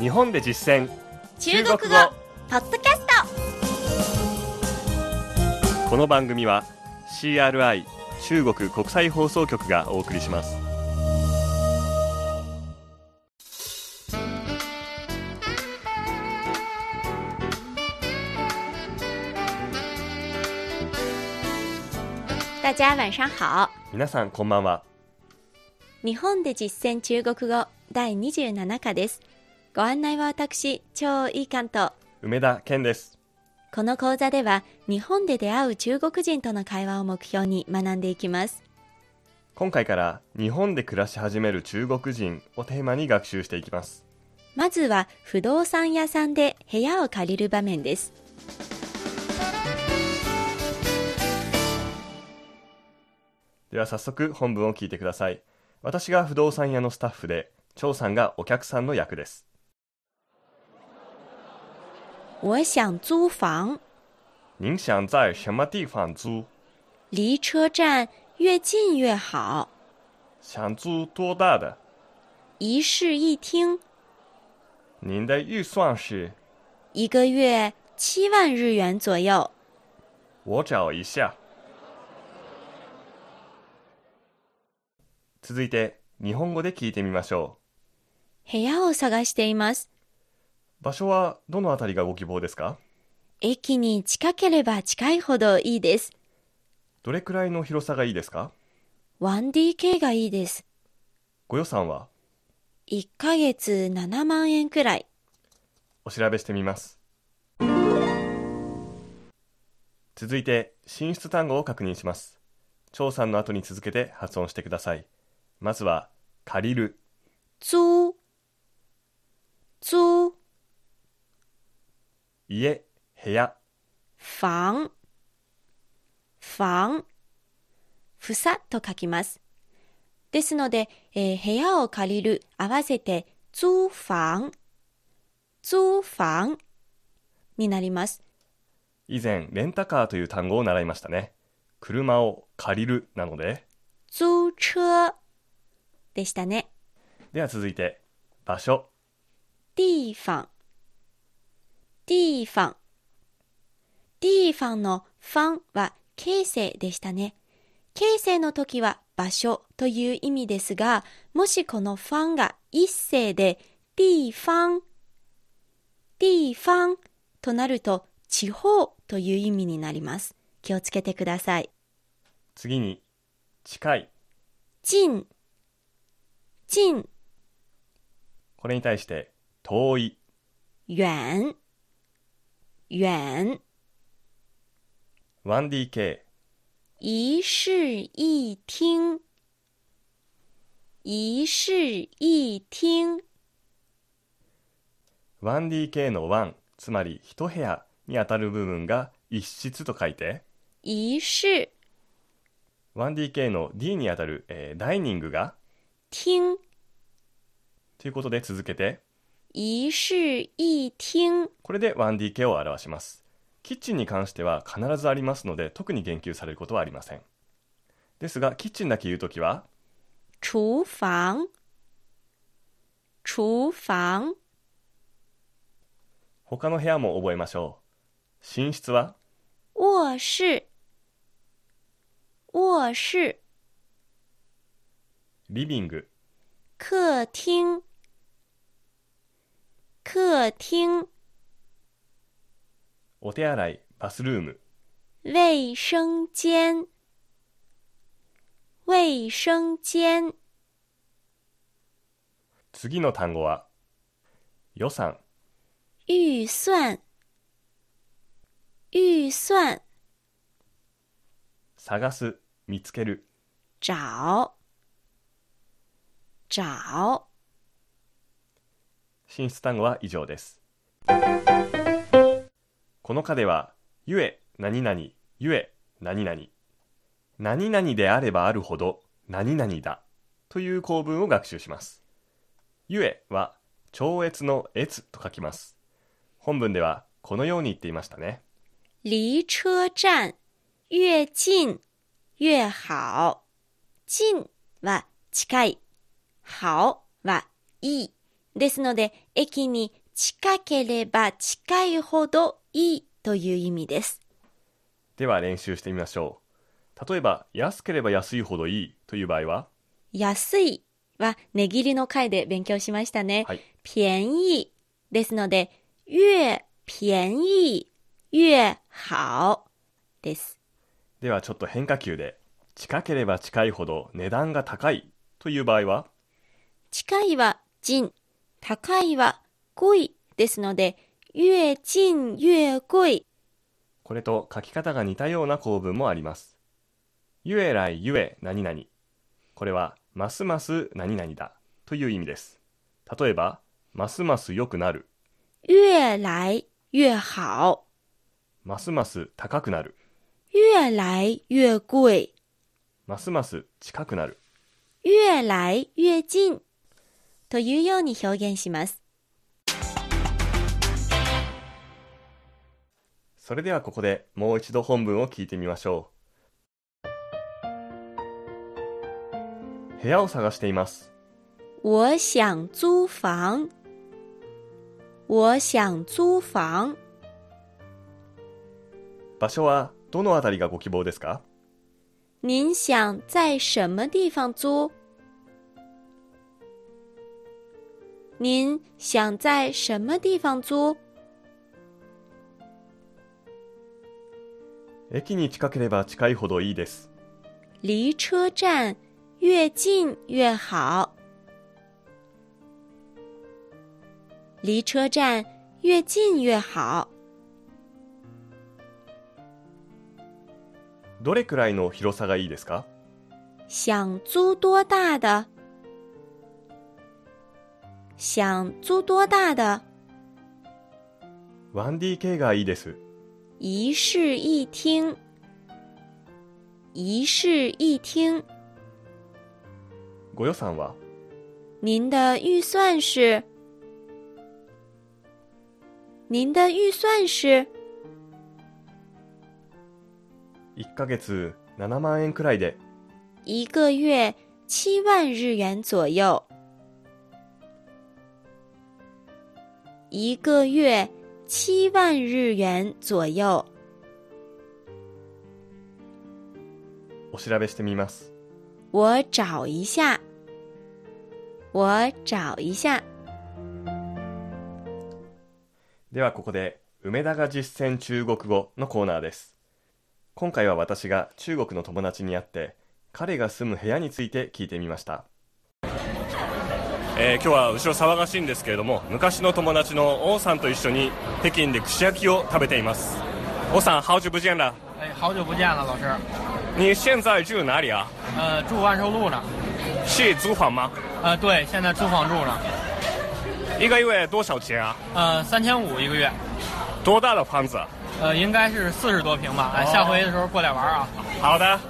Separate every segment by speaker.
Speaker 1: 日本で実践
Speaker 2: 中国語ポッドキャス
Speaker 1: この番組は CRI 中国国際放送局がお送りします
Speaker 2: ト大家晚上好
Speaker 1: 皆さんこんばんは
Speaker 2: 日本で実践中国語第27課ですご案内は私超いい関東
Speaker 1: 梅田健です
Speaker 2: この講座では日本で出会う中国人との会話を目標に学んでいきます
Speaker 1: 今回から日本で暮らし始める中国人をテーマに学習していきます
Speaker 2: まずは不動産屋さんで部屋を借りる場面です
Speaker 1: では早速本文を聞いてください私が不動産屋のスタッフで張さんがお客さんの役です
Speaker 2: 我想租房
Speaker 1: 您想在什么地方租
Speaker 2: 离车站越近越好
Speaker 1: 想租多大的
Speaker 2: 一室一厅
Speaker 1: 您的预算是
Speaker 2: 一个月七万日元左右
Speaker 1: 我找一下。続いて、日本語で聞いてみましょ
Speaker 2: 部屋を探しています
Speaker 1: う。場所はどのあたりがご希望ですか
Speaker 2: 駅に近ければ近いほどいいです
Speaker 1: どれくらいの広さがいいですか
Speaker 2: 1DK がいいです
Speaker 1: ご予算は
Speaker 2: 1ヶ月7万円くらい
Speaker 1: お調べしてみます。続いて、進出単語を確認します。張さんの後に続けて発音してください。まずは、借りる、
Speaker 2: 租租
Speaker 1: 家、部屋、
Speaker 2: 房房房と書きます。ですので、えー部屋を借りる合わせて租房租房になります。
Speaker 1: 以前、レンタカーという単語を習いましたね。車を借りるなので、
Speaker 2: 租車でしたね。
Speaker 1: では続いて、場所、
Speaker 2: 地方地方地方のファンは形成でしたね。形成の時は場所という意味ですが、もしこのファンが一声で地方地方となると地方という意味になります。気をつけてください。
Speaker 1: 次に、近い。
Speaker 2: 近近
Speaker 1: これに対して、遠い、
Speaker 2: 遠遠
Speaker 1: 1DK、
Speaker 2: 一室一厅，一室一厅，
Speaker 1: 1DK の1、つまり一部屋に当たる部分が一室と書いて、
Speaker 2: 一室
Speaker 1: 1DK の D に当たる、えーダイニングが、
Speaker 2: 厅，
Speaker 1: ということで続けて、
Speaker 2: 一室一厅，
Speaker 1: これで 1DK を表します。キッチンに関しては必ずありますので、特に言及されることはありません。ですが、キッチンだけ言うときは、
Speaker 2: 厨房，厨房，
Speaker 1: 他の部屋も覚えましょう。寝室は、
Speaker 2: 卧室，卧室，
Speaker 1: リビング。
Speaker 2: 客厅，客厅，
Speaker 1: お手洗い、バスルーム。
Speaker 2: 卫生间，卫生间。
Speaker 1: 次の単語は、予算、
Speaker 2: 预算，预算，
Speaker 1: 探す、見つける、
Speaker 2: 找，找。
Speaker 1: 進出単語は以上です。この課では、ゆえ、何々、ゆえ、何々。何々であればあるほど、何々だ。という構文を学習します。ゆえは、超越の越と書きます。本文では、このように言っていましたね。
Speaker 2: 离车站越近越好。近は近い、好はいいですので、駅に近ければ近いほどいいという意味です。
Speaker 1: では練習してみましょう。例えば、安ければ安いほどいいという場合は、
Speaker 2: 安いは値切りの回で勉強しましたね。
Speaker 1: はい、
Speaker 2: 便宜ですので、越便宜越好です。
Speaker 1: ではちょっと変化球で、近ければ近いほど値段が高いという場合は、
Speaker 2: 近いは近、高いは贵ですので、越近越贵。
Speaker 1: これと書き方が似たような構文もあります。ゆえらいゆえ何々。これは、ますます何々だという意味です。例えば、ますます良くなる、
Speaker 2: 越来越好。
Speaker 1: ますます高くなる、
Speaker 2: 越来越贵。
Speaker 1: ますます近くなる。
Speaker 2: 越来越近。というように表現します。
Speaker 1: それではここでもう一度本文を聞いてみましょう。部屋を探しています。
Speaker 2: 我想租房。我想租房。
Speaker 1: 場所はどのあたりがご希望ですか
Speaker 2: 您想在什么地方租？您想在什么地方租？
Speaker 1: 駅に近ければ近いほどいいです。
Speaker 2: 离车站越近越好。离车站越近越好。
Speaker 1: どれくらいの広さがいいですか
Speaker 2: 想租多大的？想租多大的？
Speaker 1: 1DK がいいです。
Speaker 2: 一室一厅。一室一厅。
Speaker 1: ご予算は
Speaker 2: 您的预算是？您的预算是
Speaker 1: 1ヶ月7万円くらいで、
Speaker 2: 一个月七万日元左右。一个月七万日元左右。
Speaker 1: お調べしてみます。
Speaker 2: 我找一下，我找一下。
Speaker 1: ではここで、梅田が実践中国語のコーナーです。今回は私が中国の友達に会って、彼が住む部屋について聞いてみました。
Speaker 3: えー今日は後ろ騒がしいんですけれども昔の友達の王さんと一緒に北京で串焼きを食べています王さん好久不见了
Speaker 4: 哎，好久不见了，老师。
Speaker 3: 你现在住哪里啊
Speaker 4: 呃，住万寿路呢。
Speaker 3: 是租房吗
Speaker 4: 呃，对，现在租房住呢。
Speaker 3: 一个月多少钱啊
Speaker 4: 呃，三千五一个月。
Speaker 3: 多大的房子
Speaker 4: 呃，应该是四十多平吧。哎，下回的时候过来玩啊。
Speaker 3: 好的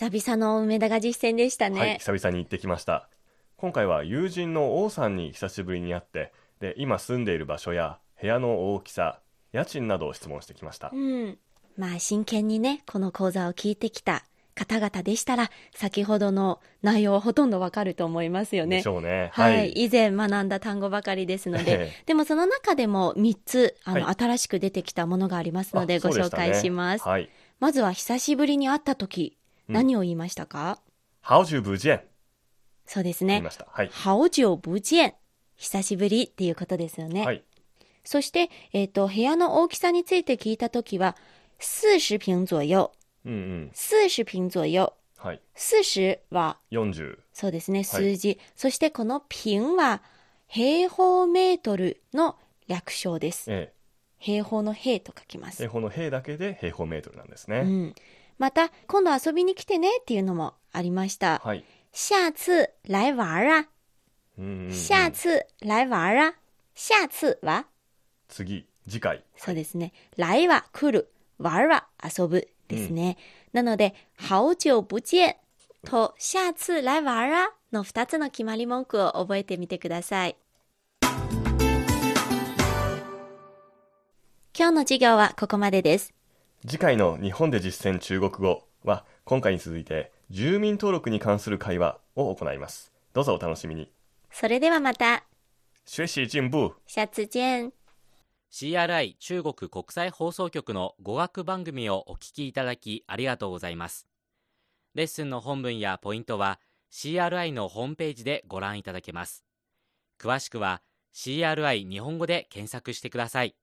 Speaker 2: 久々の梅田が実践でしたね。
Speaker 1: はい、久々に行ってきました。今回は友人の王さんに久しぶりに会って、で、今住んでいる場所や部屋の大きさ、家賃などを質問してきました
Speaker 2: う。ん。まあ真剣にね、この講座を聞いてきた方々でしたら、先ほどの内容はほとんどわかると思いますよね。
Speaker 1: でしょうね。
Speaker 2: はい、以前学んだ単語ばかりですので、
Speaker 1: え
Speaker 2: でもその中でも3つ、あの、
Speaker 1: はい
Speaker 2: 新しく出てきたものがありますので、
Speaker 1: あ
Speaker 2: ご
Speaker 1: そうで
Speaker 2: 紹
Speaker 1: たね
Speaker 2: 介します。
Speaker 1: はい。
Speaker 2: まずは久しぶりに会った時、
Speaker 1: うん
Speaker 2: 何を言いましたか、
Speaker 1: How do you b u j
Speaker 2: そうです
Speaker 1: 言い
Speaker 2: ね
Speaker 1: ま。した。はい。
Speaker 2: 好久不见。久しぶりっていうことですよね。
Speaker 1: はい。
Speaker 2: そして、えっ、と、部屋の大きさについて聞いた時は、40平左右。
Speaker 1: うんうん。
Speaker 2: 40平左右。
Speaker 1: はい。
Speaker 2: 40は、
Speaker 1: 40。
Speaker 2: そうですね、数字。そしてこの平は、平方メートルの略称です。
Speaker 1: え
Speaker 2: 平方の平と書きま
Speaker 1: え。
Speaker 2: す。
Speaker 1: この平だけで平方メートルなんですね。
Speaker 2: うん。また、今度遊びに来てねっていうのもありました。
Speaker 1: はい。
Speaker 2: 下次来玩啊。
Speaker 1: うんうんうん
Speaker 2: 下次来玩啊。下次は、
Speaker 1: 次、次回。
Speaker 2: そうですね。来は来る。玩は遊ぶですね。なので、好久不见と、下次来玩啊の二つの決まり文句を覚えてみてください。今日の授業はここまでです。
Speaker 1: 次回の日本で実践中国語は今回に続いて住民登録に関する会話を行います。どうぞお楽しみに。
Speaker 2: それではまた、
Speaker 1: 学习进步。
Speaker 2: 下次见。
Speaker 5: CRI 中国国際放送局の語学番組をお聞きいただきありがとうございます。レッスンの本文やポイントは CRI のホームページでご覧いただけます。詳しくは CRI 日本語で検索してください。